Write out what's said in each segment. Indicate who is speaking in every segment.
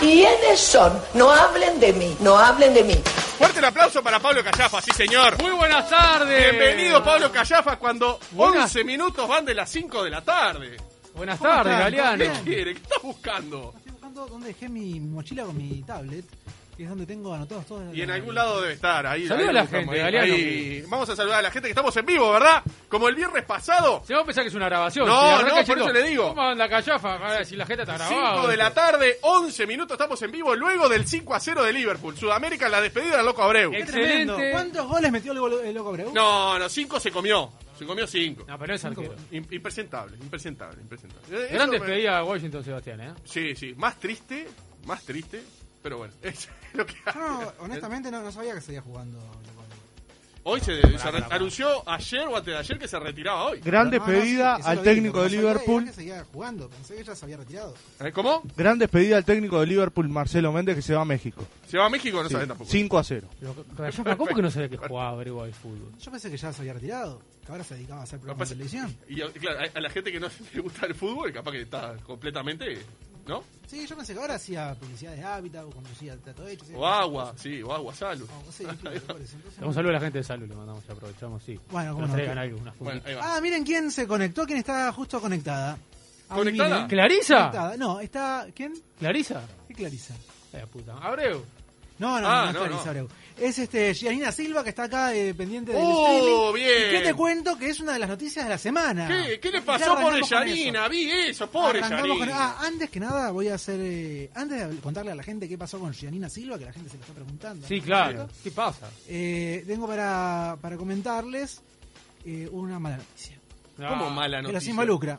Speaker 1: ¿Quiénes son? No hablen de mí, no hablen de mí.
Speaker 2: Fuerte el aplauso para Pablo Callafa, sí señor.
Speaker 3: Muy buenas tardes.
Speaker 2: Bienvenido Pablo Callafa cuando buenas. 11 minutos van de las 5 de la tarde.
Speaker 3: Buenas tardes, Galeano.
Speaker 2: ¿Qué quiere? ¿Qué está buscando?
Speaker 4: Estoy buscando dónde dejé mi mochila con mi tablet. Que es donde tengo anotados todos.
Speaker 2: Y en algún lado debe estar. Ahí,
Speaker 3: Saluda
Speaker 2: ahí
Speaker 3: a la gente, ahí,
Speaker 2: ahí. Vamos a saludar a la gente que estamos en vivo, ¿verdad? Como el viernes pasado.
Speaker 3: Se va a pensar que es una grabación.
Speaker 2: No, no, por eso le digo.
Speaker 3: ¿Cómo anda Callafa? Si la gente está grabada.
Speaker 2: 5 de la tarde, 11 minutos, estamos en vivo. Luego del 5 a 0 de Liverpool. Sudamérica, la despedida del Loco Abreu.
Speaker 3: Eh, Excelente.
Speaker 4: ¿Cuántos goles metió el, Loco Abreu?
Speaker 2: No, no, 5 se comió. Se comió 5.
Speaker 3: No, pero no es arquero.
Speaker 2: Impresentable, impresentable, impresentable.
Speaker 3: Gran despedida a Washington, Sebastián, ¿eh?
Speaker 2: Sí, sí. Más triste, más triste pero bueno, es lo que
Speaker 4: no, honestamente no, no, sabía que seguía jugando.
Speaker 2: Hoy se, se, se anunció ayer o antes de ayer que se retiraba hoy.
Speaker 5: Gran despedida no, sí, al técnico de Liverpool.
Speaker 4: Sabía, seguía jugando, pensé que ya se había retirado.
Speaker 2: ¿Eh, ¿Cómo?
Speaker 5: Gran despedida al técnico de Liverpool, Marcelo Méndez, que se va a México.
Speaker 2: ¿Se va a México? No sí. sabe tampoco.
Speaker 5: 5 a 0.
Speaker 3: Pero, ¿Cómo que no sabía que jugaba averiguó al fútbol?
Speaker 4: Yo pensé que ya se había retirado, que ahora se dedicaba a hacer programas de televisión.
Speaker 2: Y claro, a, a la gente que no le gusta el fútbol, capaz que está completamente ¿no?
Speaker 4: Sí, yo pensé que ahora hacía publicidad de hábitat o conducía trato hecho.
Speaker 2: O agua, sí, o agua, salud.
Speaker 4: O, sí, claro, Entonces,
Speaker 3: un saludo a la gente de salud, le mandamos, y aprovechamos, sí.
Speaker 4: Bueno,
Speaker 3: como
Speaker 4: no,
Speaker 3: algo, una
Speaker 4: bueno, Ah, miren quién se conectó, quién está justo conectada.
Speaker 2: ¿Conectada?
Speaker 3: ¿Clarisa?
Speaker 4: Conectada. No, está. ¿Quién?
Speaker 3: ¿Clarisa?
Speaker 4: ¿Qué Clarisa?
Speaker 3: Eh, puta. ¿Abreu?
Speaker 4: No, no, ah, no, no, es Clarisa Abreu. Es este, Gianina Silva que está acá eh, pendiente del
Speaker 2: oh,
Speaker 4: streaming.
Speaker 2: bien!
Speaker 4: ¿Y qué te cuento? Que es una de las noticias de la semana.
Speaker 2: ¿Qué, qué le pasó, pobre Yanina? Vi eso, pobre Yanina. Con...
Speaker 4: Ah, antes que nada voy a hacer... Eh, antes de contarle a la gente qué pasó con Gianina Silva, que la gente se lo está preguntando.
Speaker 3: Sí, claro. ¿Qué pasa?
Speaker 4: Eh, tengo para, para comentarles eh, una mala noticia.
Speaker 2: Ah, ¿Cómo mala noticia?
Speaker 4: Que los involucra.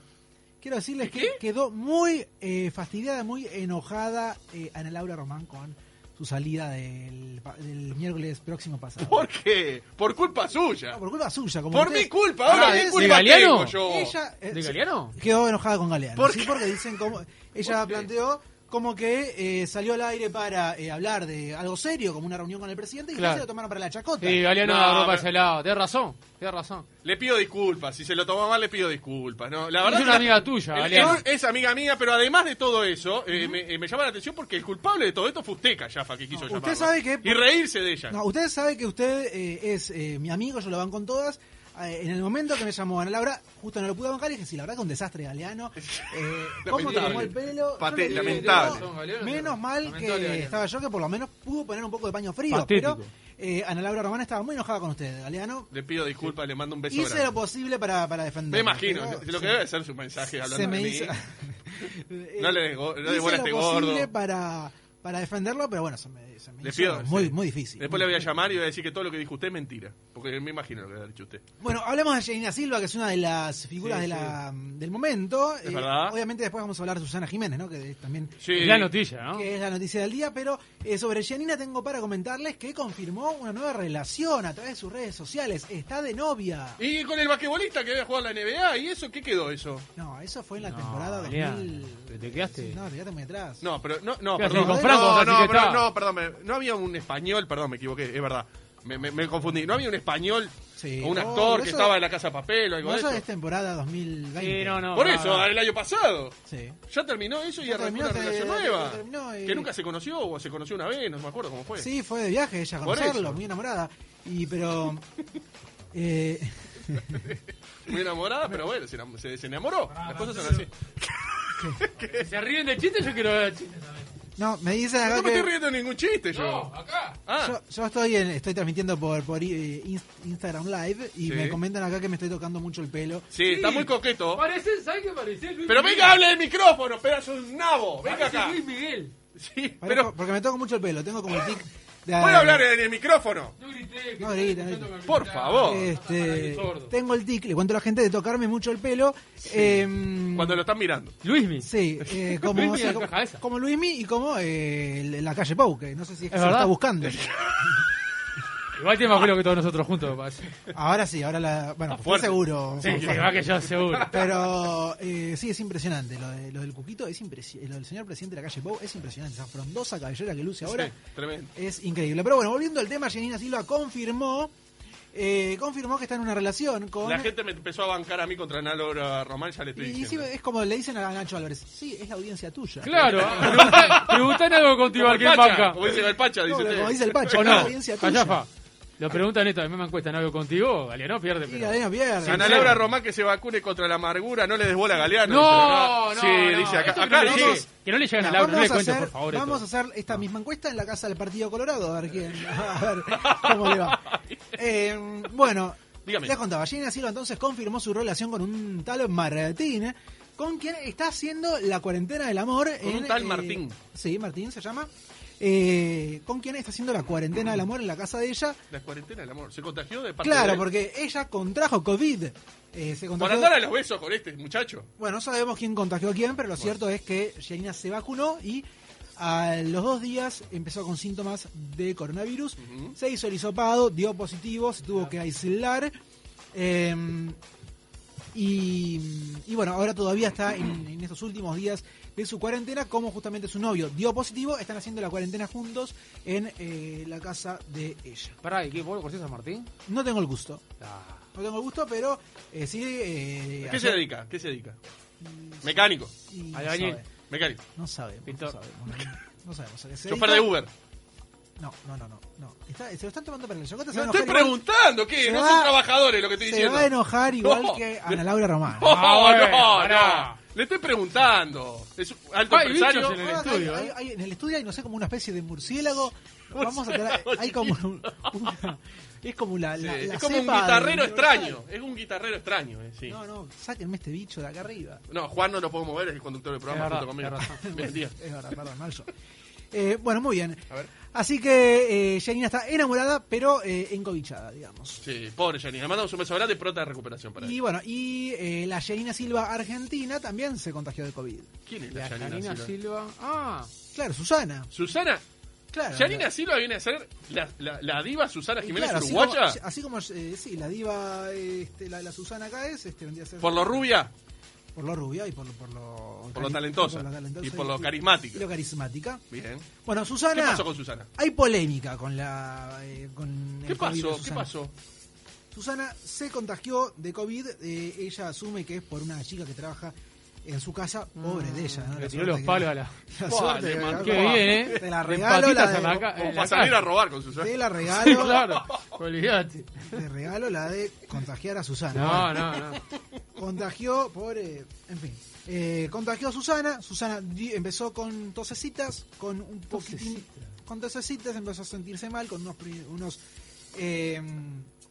Speaker 4: Quiero decirles que quedó muy eh, fastidiada, muy enojada eh, Ana Laura Román con su salida del, del, miércoles próximo pasado.
Speaker 2: ¿Por qué? Por culpa suya.
Speaker 4: No, por culpa suya. Como
Speaker 2: por
Speaker 4: ustedes, Ah,
Speaker 2: mi culpa. Ahora mi culpa ¿De Galeano? yo.
Speaker 3: Ella, eh, ¿De Galeano?
Speaker 4: Quedó enojada con Galeano. ¿Por ¿sí? Porque dicen como... Ella planteó como que eh, salió al aire para eh, hablar de algo serio, como una reunión con el presidente, y claro. se lo tomaron para la chacota.
Speaker 3: Sí, Galeano no, agarró para ese lado. Tienes razón, tienes razón.
Speaker 2: Le pido disculpas, si se lo tomó mal le pido disculpas. ¿no? La verdad
Speaker 3: es una amiga la, tuya, Galeano.
Speaker 2: Es amiga mía, pero además de todo eso, eh, uh -huh. me, me, llama la atención porque el culpable de todo esto fue usted, Callafa, que quiso no,
Speaker 4: usted sabe que,
Speaker 2: Y reírse de ella.
Speaker 4: No, usted sabe que usted eh, es mi amigo, yo lo van con todas Eh, en el momento que me llamó Ana Laura, justo no lo pude bancar y dije, sí, la verdad que un desastre galeano. Eh, ¿Cómo te tomó el pelo?
Speaker 2: Paté, lamentable.
Speaker 4: Digo, menos mal lamentable, que estaba yo, que por lo menos pudo poner un poco de paño frío. Patético. Pero eh, Ana Laura Román estaba muy enojada con usted, Galeano.
Speaker 2: Le pido disculpas, sí. le mando un beso.
Speaker 4: Hice
Speaker 2: grande.
Speaker 4: lo posible para, para defenderme.
Speaker 2: Me imagino, pero, lo que sí. debe ser su mensaje hablando Se me de hizo... mí. no le no de bolas este gordo.
Speaker 4: posible para para defenderlo, pero bueno, se me, se me le pido, muy, sí. muy difícil.
Speaker 2: Después le voy a llamar y voy a decir que todo lo que dijo usted es mentira, porque me imagino lo que ha dicho usted.
Speaker 4: Bueno, hablemos de Janina Silva, que es una de las figuras sí, de la, sí. del momento.
Speaker 2: Es eh, verdad.
Speaker 4: Obviamente después vamos a hablar de Susana Jiménez, ¿no? Que es también
Speaker 3: es la noticia, ¿no?
Speaker 4: Que es la noticia del día, pero eh, sobre Janina tengo para comentarles que confirmó una nueva relación a través de sus redes sociales. Está de novia.
Speaker 2: ¿Y con el basquetbolista que había jugado en la NBA? ¿Y eso qué quedó eso?
Speaker 4: No, eso fue en la no, temporada
Speaker 3: María,
Speaker 4: 2000.
Speaker 3: ¿Te quedaste?
Speaker 4: No, te quedaste muy atrás.
Speaker 2: No, pero no, no,
Speaker 3: perdón. Franco,
Speaker 2: no, no, pero, no, perdón, me, no había un español, perdón, me equivoqué, es verdad. Me, me, me confundí. No había un español sí, o un actor no, que estaba en la casa de papel o algo
Speaker 4: eso
Speaker 2: de eso.
Speaker 4: es temporada 2020.
Speaker 3: Sí, no,
Speaker 2: por eso, el año pasado.
Speaker 4: Sí.
Speaker 2: Ya terminó eso y arrancó una relación nueva. Terminó, eh. Que nunca se conoció o se conoció una vez, no me acuerdo cómo fue.
Speaker 4: Sí, fue de viaje ella a conocerlo, eso. muy enamorada. Y pero. eh.
Speaker 2: muy enamorada, pero bueno, se, se, se enamoró. Las cosas son así.
Speaker 3: ¿Qué? ¿Se ríen del chiste? Yo quiero ver el chiste también.
Speaker 4: No, me dicen acá
Speaker 2: no
Speaker 4: que...
Speaker 2: me estoy riendo ningún chiste yo.
Speaker 3: No, acá.
Speaker 2: Ah.
Speaker 4: Yo, yo, estoy, en, estoy transmitiendo por, por eh, Instagram Live y sí. me comentan acá que me estoy tocando mucho el pelo.
Speaker 2: Sí, sí. está muy coqueto.
Speaker 3: Parece, ¿sabes qué parece? Luis
Speaker 2: pero
Speaker 3: Miguel.
Speaker 2: venga, hable del micrófono, pedazo de un nabo. Venga
Speaker 3: parece
Speaker 2: acá.
Speaker 3: Luis Miguel.
Speaker 2: Sí,
Speaker 4: pero... Porque me toco mucho el pelo, tengo como el tic...
Speaker 2: Voy a
Speaker 3: eh.
Speaker 2: hablar en el micrófono.
Speaker 4: No, grita, grita.
Speaker 2: Por favor.
Speaker 4: Este, tengo el tic, le cuento a la gente de tocarme mucho el pelo. em,
Speaker 2: Cuando lo están mirando.
Speaker 3: Luismi.
Speaker 4: Sí, eh, como,
Speaker 3: Luismi
Speaker 4: o sea,
Speaker 3: de la
Speaker 4: como,
Speaker 3: caja esa.
Speaker 4: como Luismi y como eh, el- la calle Pau, que no sé si es que
Speaker 3: Es
Speaker 4: se lo
Speaker 3: verdad.
Speaker 4: está buscando.
Speaker 3: Igual tiene más pelo que todos nosotros juntos, me parece.
Speaker 4: Ahora sí, ahora la. Bueno, estoy
Speaker 3: fuerte.
Speaker 4: seguro.
Speaker 3: Sí, que va que yo, seguro.
Speaker 4: Pero eh, sí, es impresionante. Lo, de- lo del Cuquito es impresionante. Lo del señor presidente de la calle Pau es impresionante. Esa frondosa cabellera que luce ahora.
Speaker 2: Sí, tremendo.
Speaker 4: Es increíble. Pero bueno, volviendo al tema, Janina Silva confirmó. eh, confirmó que está en una relación con.
Speaker 2: La gente me empezó a bancar a mí contra Nalora Román, ya le estoy
Speaker 4: y sí,
Speaker 2: diciendo.
Speaker 4: es como le dicen a Nacho Álvarez. Sí, es la audiencia tuya.
Speaker 3: Claro, preguntá- preguntá algo contigo
Speaker 2: Como
Speaker 3: al
Speaker 2: el
Speaker 3: que
Speaker 2: Pacha,
Speaker 3: banca.
Speaker 2: como dice el Pacha, dice
Speaker 4: No,
Speaker 2: usted.
Speaker 4: como dice el Pacha,
Speaker 3: ¿O
Speaker 4: es la
Speaker 3: no?
Speaker 4: audiencia tuya.
Speaker 3: Callafa. Lo preguntan esto, a mí me encuestan algo contigo, Galeano pierde.
Speaker 4: Sí,
Speaker 3: pero-
Speaker 4: Galeano pierde.
Speaker 3: Sí,
Speaker 2: Ana
Speaker 3: sí.
Speaker 2: Laura Román que se vacune contra la amargura, no le des bola a Galeano.
Speaker 3: No, no,
Speaker 2: dice,
Speaker 3: no,
Speaker 2: Sí, dice acá.
Speaker 3: esto
Speaker 2: acá
Speaker 3: que, no le
Speaker 2: dice-
Speaker 3: llegue- que no le lleguen
Speaker 4: Mira,
Speaker 3: a Laura, no le
Speaker 4: vamos, a
Speaker 3: cuenten,
Speaker 4: hacer,
Speaker 3: por favor.
Speaker 4: vamos a
Speaker 3: esto.
Speaker 4: hacer esta misma encuesta en la casa del Partido Colorado, a ver quién, a ver cómo le va. Eh, bueno,
Speaker 2: Dígame.
Speaker 4: les contaba, Gina Silva entonces confirmó su relación con un tal Martín, eh, con quien está haciendo la cuarentena del amor. eh,
Speaker 2: Con un tal Martín.
Speaker 4: Sí, Martín se llama. Eh, con quien está haciendo la cuarentena del amor en la casa de ella.
Speaker 2: La cuarentena del amor. Se contagió de parte de
Speaker 4: Claro,
Speaker 2: él.
Speaker 4: porque ella contrajo COVID. Eh, se
Speaker 2: Por
Speaker 4: contagió-
Speaker 2: andar a los besos con este muchacho.
Speaker 4: bueno, no sabemos quién contagió a quién, pero lo cierto es que Janina se vacunó y a los dos días empezó con síntomas de coronavirus. Se hizo el hisopado, dio positivo, se tuvo que aislar. eh, y, y bueno, ahora todavía está en, en estos últimos días de su cuarentena, como justamente su novio dio positivo, están haciendo la cuarentena juntos en eh, la casa de ella.
Speaker 3: Pará, ¿y qué? ¿Vos lo conocés a Martín?
Speaker 4: No tengo el gusto,
Speaker 3: Ah.
Speaker 4: no tengo el gusto, pero eh, sí... eh,
Speaker 2: ¿A ¿Qué
Speaker 4: ayer-
Speaker 2: se dedica? ¿Qué se dedica? Mecánico.
Speaker 4: y no
Speaker 3: Albañil.
Speaker 4: sabe.
Speaker 2: Mecánico.
Speaker 4: No sabemos.
Speaker 3: Pintor.
Speaker 4: No sabemos. No sabemos. Se
Speaker 2: Chofer
Speaker 4: dedica-
Speaker 2: de Uber.
Speaker 4: No, no, no, no. no. Está- se lo están tomando para el chocolate.
Speaker 2: No estoy preguntando, ¿qué?
Speaker 4: Se
Speaker 2: No
Speaker 4: va-
Speaker 2: son trabajadores lo que estoy
Speaker 4: Se
Speaker 2: diciendo.
Speaker 4: va a enojar igual
Speaker 2: No.
Speaker 4: que Ana Laura Román.
Speaker 2: No,
Speaker 3: Ah, bueno,
Speaker 2: no,
Speaker 3: pará.
Speaker 2: no. Le estoy preguntando. Es un alto
Speaker 3: Hay
Speaker 2: empresario.
Speaker 3: bichos en el
Speaker 4: Ahora,
Speaker 3: estudio,
Speaker 4: hay-
Speaker 3: ¿eh?
Speaker 4: hay- hay- en el estudio hay, no sé, como una especie de murciélago. Vamos a tener,
Speaker 2: Murciélago
Speaker 4: hay como un- una- es como la, la-
Speaker 2: Sí,
Speaker 4: la
Speaker 2: es como un
Speaker 4: cepa
Speaker 2: guitarrero
Speaker 4: del-
Speaker 2: extraño. Es un guitarrero extraño, eh, sí.
Speaker 4: No,
Speaker 2: No,
Speaker 4: no, sáquenme este bicho de acá arriba.
Speaker 2: Juan no lo puedo mover, es el conductor del programa
Speaker 3: Es verdad,
Speaker 2: junto conmigo.
Speaker 3: es verdad.
Speaker 2: Mentira.
Speaker 4: Es verdad, perdón, mal yo. Eh, bueno, muy bien.
Speaker 2: A ver.
Speaker 4: Así que eh, Janina está enamorada, pero eh, encobichada, digamos.
Speaker 2: Sí, pobre Janina. Le mandamos un beso grande y pronta recuperación para
Speaker 4: Y
Speaker 2: él.
Speaker 4: bueno, y eh, la Janina Silva argentina también se contagió de COVID.
Speaker 2: ¿Quién es
Speaker 3: La
Speaker 2: la
Speaker 3: Janina
Speaker 2: Janina Silva?
Speaker 3: Silva. Ah,
Speaker 4: Claro, Susana.
Speaker 2: Susana.
Speaker 4: Claro.
Speaker 2: Janina Silva viene a ser la, la- la diva Susana
Speaker 4: Y
Speaker 2: Jiménez
Speaker 4: claro, así
Speaker 2: uruguaya.
Speaker 4: como- Así como, eh, sí, la diva, eh, este, la, la Susana acá es, este, vendría a ser.
Speaker 2: Por lo rubia.
Speaker 4: Por lo rubia y por lo. Por lo,
Speaker 2: Por lo
Speaker 4: cari-
Speaker 2: talentosa. Y por lo carismática.
Speaker 4: y lo carismática.
Speaker 2: Bien.
Speaker 4: Bueno, Susana.
Speaker 2: ¿Qué pasó con Susana?
Speaker 4: Hay polémica con la. eh, con el
Speaker 2: ¿Qué
Speaker 4: COVID de
Speaker 2: pasó? ¿Qué
Speaker 4: Susana.
Speaker 2: pasó?
Speaker 4: Susana se contagió de COVID. eh, ella asume que es por una chica que trabaja en su casa. Pobre de ella. ¿no? La
Speaker 3: le tiró
Speaker 4: suerte
Speaker 3: los
Speaker 4: que-
Speaker 3: palos a la.
Speaker 4: La
Speaker 2: Buah,
Speaker 4: suerte
Speaker 2: le
Speaker 4: que-
Speaker 2: mandó.
Speaker 3: Qué bien, ¿eh?
Speaker 4: Te la
Speaker 3: De
Speaker 4: regalo.
Speaker 3: patitas
Speaker 4: La
Speaker 3: a la
Speaker 4: de,
Speaker 3: ca- en
Speaker 2: Como
Speaker 3: la
Speaker 2: para salir
Speaker 3: cara.
Speaker 2: a robar con Susana.
Speaker 4: te la regalo.
Speaker 3: Sí, claro. Olvídate.
Speaker 4: Te regalo la de contagiar a Susana.
Speaker 3: No, no, no.
Speaker 4: Contagió, pobre. En fin. Eh, contagió a Susana. Susana di- empezó con tosecitas, con un poquitín. Con tosecitas empezó a sentirse mal, con unos. pri- unos eh,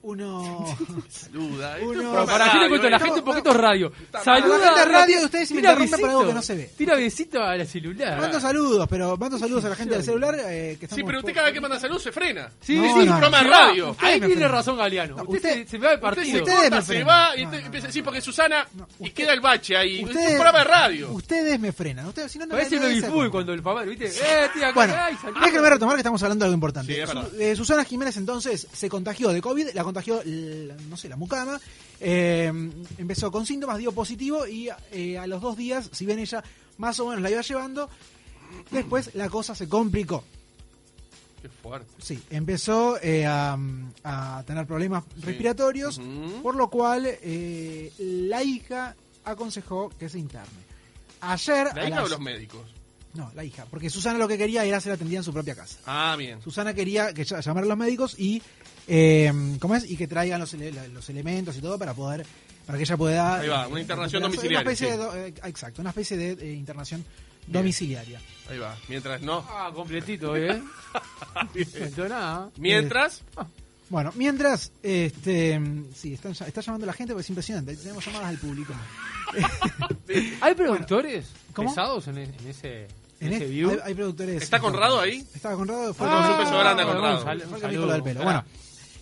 Speaker 4: unos.
Speaker 2: Saluda. esto
Speaker 4: Uno-
Speaker 2: es
Speaker 3: Pero
Speaker 2: programa
Speaker 3: para yo le
Speaker 2: radio,
Speaker 3: cuento a la
Speaker 2: eh.
Speaker 3: gente un poquito radio.
Speaker 2: mal.
Speaker 3: Saluda.
Speaker 4: La gente de radio, ustedes se me
Speaker 3: tira
Speaker 4: interrumpen por algo
Speaker 3: besito.
Speaker 4: que no se ve.
Speaker 3: Tira besito a la celular.
Speaker 4: mando saludos, pero mando saludos a la gente del celular. eh, que
Speaker 2: Sí,
Speaker 4: estamos
Speaker 2: pero usted
Speaker 4: po-
Speaker 2: cada vez que manda salud se frena.
Speaker 3: Sí,
Speaker 4: No,
Speaker 3: sí,
Speaker 4: no,
Speaker 2: programa de
Speaker 3: se va.
Speaker 2: radio.
Speaker 4: Ustedes
Speaker 3: Ahí
Speaker 4: me
Speaker 3: tiene
Speaker 4: frenan.
Speaker 3: razón, Galeano.
Speaker 4: No,
Speaker 3: usted se,
Speaker 4: usted-
Speaker 3: se me va de
Speaker 2: Usted
Speaker 3: partido.
Speaker 2: se
Speaker 4: Ustedes
Speaker 2: corta,
Speaker 4: me
Speaker 2: se
Speaker 4: frenan.
Speaker 2: va y
Speaker 4: No,
Speaker 2: te-
Speaker 4: no,
Speaker 2: empieza-
Speaker 4: no,
Speaker 2: sí,
Speaker 4: no.
Speaker 2: porque Susana
Speaker 4: No,
Speaker 2: y
Speaker 4: usted-
Speaker 2: queda el bache ahí. es un
Speaker 4: Ustedes-
Speaker 2: programa de radio.
Speaker 4: Ustedes me frenan. Ustedes, si no, no me-
Speaker 3: Parece
Speaker 4: no
Speaker 3: lo
Speaker 4: me dicen-
Speaker 3: difuy cuando el papá, ¿viste? Eh, tira
Speaker 4: Bueno,
Speaker 3: acá y saluda.
Speaker 4: déjenme retomar que estamos hablando de algo importante.
Speaker 2: Sí, es verdad.
Speaker 4: Su- eh, Susana Jiménez entonces se contagió de COVID, la contagió, la- no sé, la mucama, eh, empezó con síntomas, dio positivo y eh, a los dos días, si bien ella más o menos la iba llevando, después la cosa se complicó.
Speaker 2: Qué fuerte.
Speaker 4: Sí, empezó eh, a, a tener problemas respiratorios,
Speaker 2: Ujú.
Speaker 4: por lo cual eh, la hija aconsejó que se interne. Ayer...
Speaker 2: ¿La
Speaker 4: a
Speaker 2: hija
Speaker 4: las-
Speaker 2: o los médicos?
Speaker 4: No, la hija, porque Susana lo que quería era ser atendida en su propia casa.
Speaker 2: Ah, bien.
Speaker 4: Susana quería que ya- llamar a los médicos y eh, ¿cómo es? y que traigan los, ele- la- los elementos y todo para poder para que ella pueda
Speaker 2: Ahí va, una
Speaker 4: eh,
Speaker 2: internación
Speaker 4: una
Speaker 2: domiciliaria,
Speaker 4: especie
Speaker 2: sí.
Speaker 4: de do- eh, exacto una especie de eh, internación domiciliaria
Speaker 2: Ahí va. Mientras no.
Speaker 3: Ah, completito, ¿eh?
Speaker 2: Bien.
Speaker 3: No cuento nada.
Speaker 4: Eh,
Speaker 2: Mientras.
Speaker 4: bueno mientras este sí están, ya- está llamando la gente porque es impresionante tenemos llamadas al público
Speaker 3: ¿Hay productores
Speaker 4: ¿cómo?
Speaker 3: pesados en, e- en ese
Speaker 4: En
Speaker 2: ¿Ese
Speaker 4: este-
Speaker 2: Diu?
Speaker 4: hay, hay productores.
Speaker 2: ¿Está Conrado ahí?
Speaker 4: Está Conrado. Fue
Speaker 2: Mandamos un beso grande a Conrado.
Speaker 4: fue el que
Speaker 2: Un
Speaker 4: me
Speaker 2: saludo.
Speaker 4: coló el pelo. Bueno,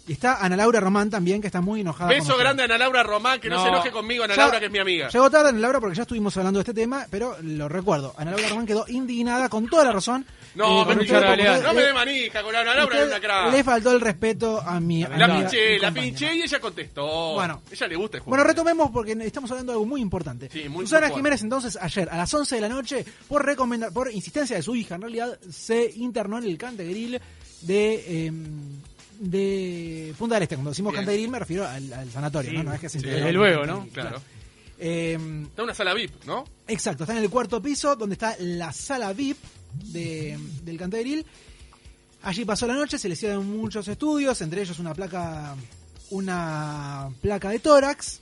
Speaker 4: y está Ana Laura Román también, que está muy enojada. con
Speaker 2: Beso
Speaker 4: nosotros.
Speaker 2: grande a Ana Laura Román, que no,
Speaker 4: No.
Speaker 2: se enoje conmigo, Ana
Speaker 4: ah, Ya-
Speaker 2: Laura, que es mi amiga.
Speaker 4: Llegó tarde, Ana Laura, porque ya estuvimos hablando de este tema, pero lo recuerdo. Ana Laura Román quedó indignada con toda la razón.
Speaker 2: No,
Speaker 4: Eh, con
Speaker 2: pero
Speaker 4: ustedes,
Speaker 2: no,
Speaker 4: porque
Speaker 2: no me dé
Speaker 4: ustedes-
Speaker 2: manija con Ana Laura, es una crack.
Speaker 4: Le faltó el respeto a mi
Speaker 2: La
Speaker 4: amiga
Speaker 2: pinché,
Speaker 4: y
Speaker 2: la
Speaker 4: compañera.
Speaker 2: pinché y ella contestó.
Speaker 4: Bueno.
Speaker 2: Ella le gusta el juego.
Speaker 4: Bueno, retomemos porque estamos hablando de algo muy importante.
Speaker 2: Sí, muy
Speaker 4: Susana
Speaker 2: puntual.
Speaker 4: Jiménez entonces ayer a las 11 de la noche, por recomenda por insistencia de su hija, en realidad se internó en el Cantegril de eh, de Punta del Este. Cuando decimos
Speaker 2: Bien.
Speaker 4: Cantegril me refiero al, al sanatorio,
Speaker 2: Sí,
Speaker 4: ¿no? No es que
Speaker 2: sí,
Speaker 4: se internó
Speaker 2: desde
Speaker 4: en
Speaker 2: luego,
Speaker 4: el
Speaker 2: ¿no?
Speaker 4: Cantegril,
Speaker 2: Claro.
Speaker 4: Eh,
Speaker 2: Está en una sala VIP, ¿no?
Speaker 4: Exacto, está en el cuarto piso, donde está la sala VIP de- del Cantaderil. Allí pasó la noche, se le hicieron muchos estudios, entre ellos una placa, una placa de tórax,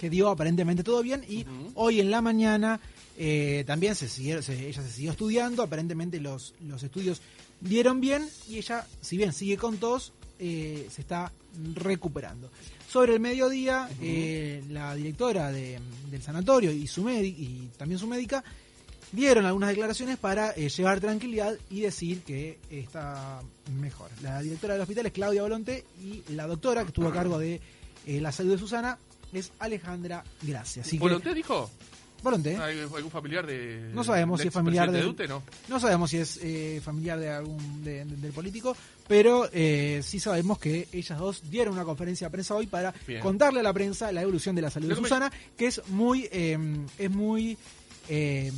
Speaker 4: que dio aparentemente todo bien, y hoy en la mañana eh, también se siguieron, se- ella se siguió estudiando, aparentemente los, los estudios dieron bien, y ella, si bien sigue con tos, eh, se está recuperando. Sobre el mediodía, eh, la directora de- del sanatorio y, su médi- y también su médica dieron algunas declaraciones para eh, llevar tranquilidad y decir que está mejor. La directora del hospital es Claudia Volonte y la doctora que estuvo a cargo de eh, la salud de Susana es Alejandra Gracia. Así que- ¿eh?
Speaker 2: ¿Volonté dijo?
Speaker 4: Volonté.
Speaker 2: ¿Hay ¿Algún familiar de.?
Speaker 4: No sabemos
Speaker 2: del
Speaker 4: si es familiar
Speaker 2: expresidente
Speaker 4: de,
Speaker 2: Dute, no?
Speaker 4: no sabemos si es eh, familiar de algún de- de- del político, pero eh, sí sabemos que ellas dos dieron una conferencia de prensa hoy para
Speaker 2: Bien.
Speaker 4: contarle a la prensa la evolución de la salud de
Speaker 2: Lo que me-
Speaker 4: Susana, que es muy eh, es muy eh,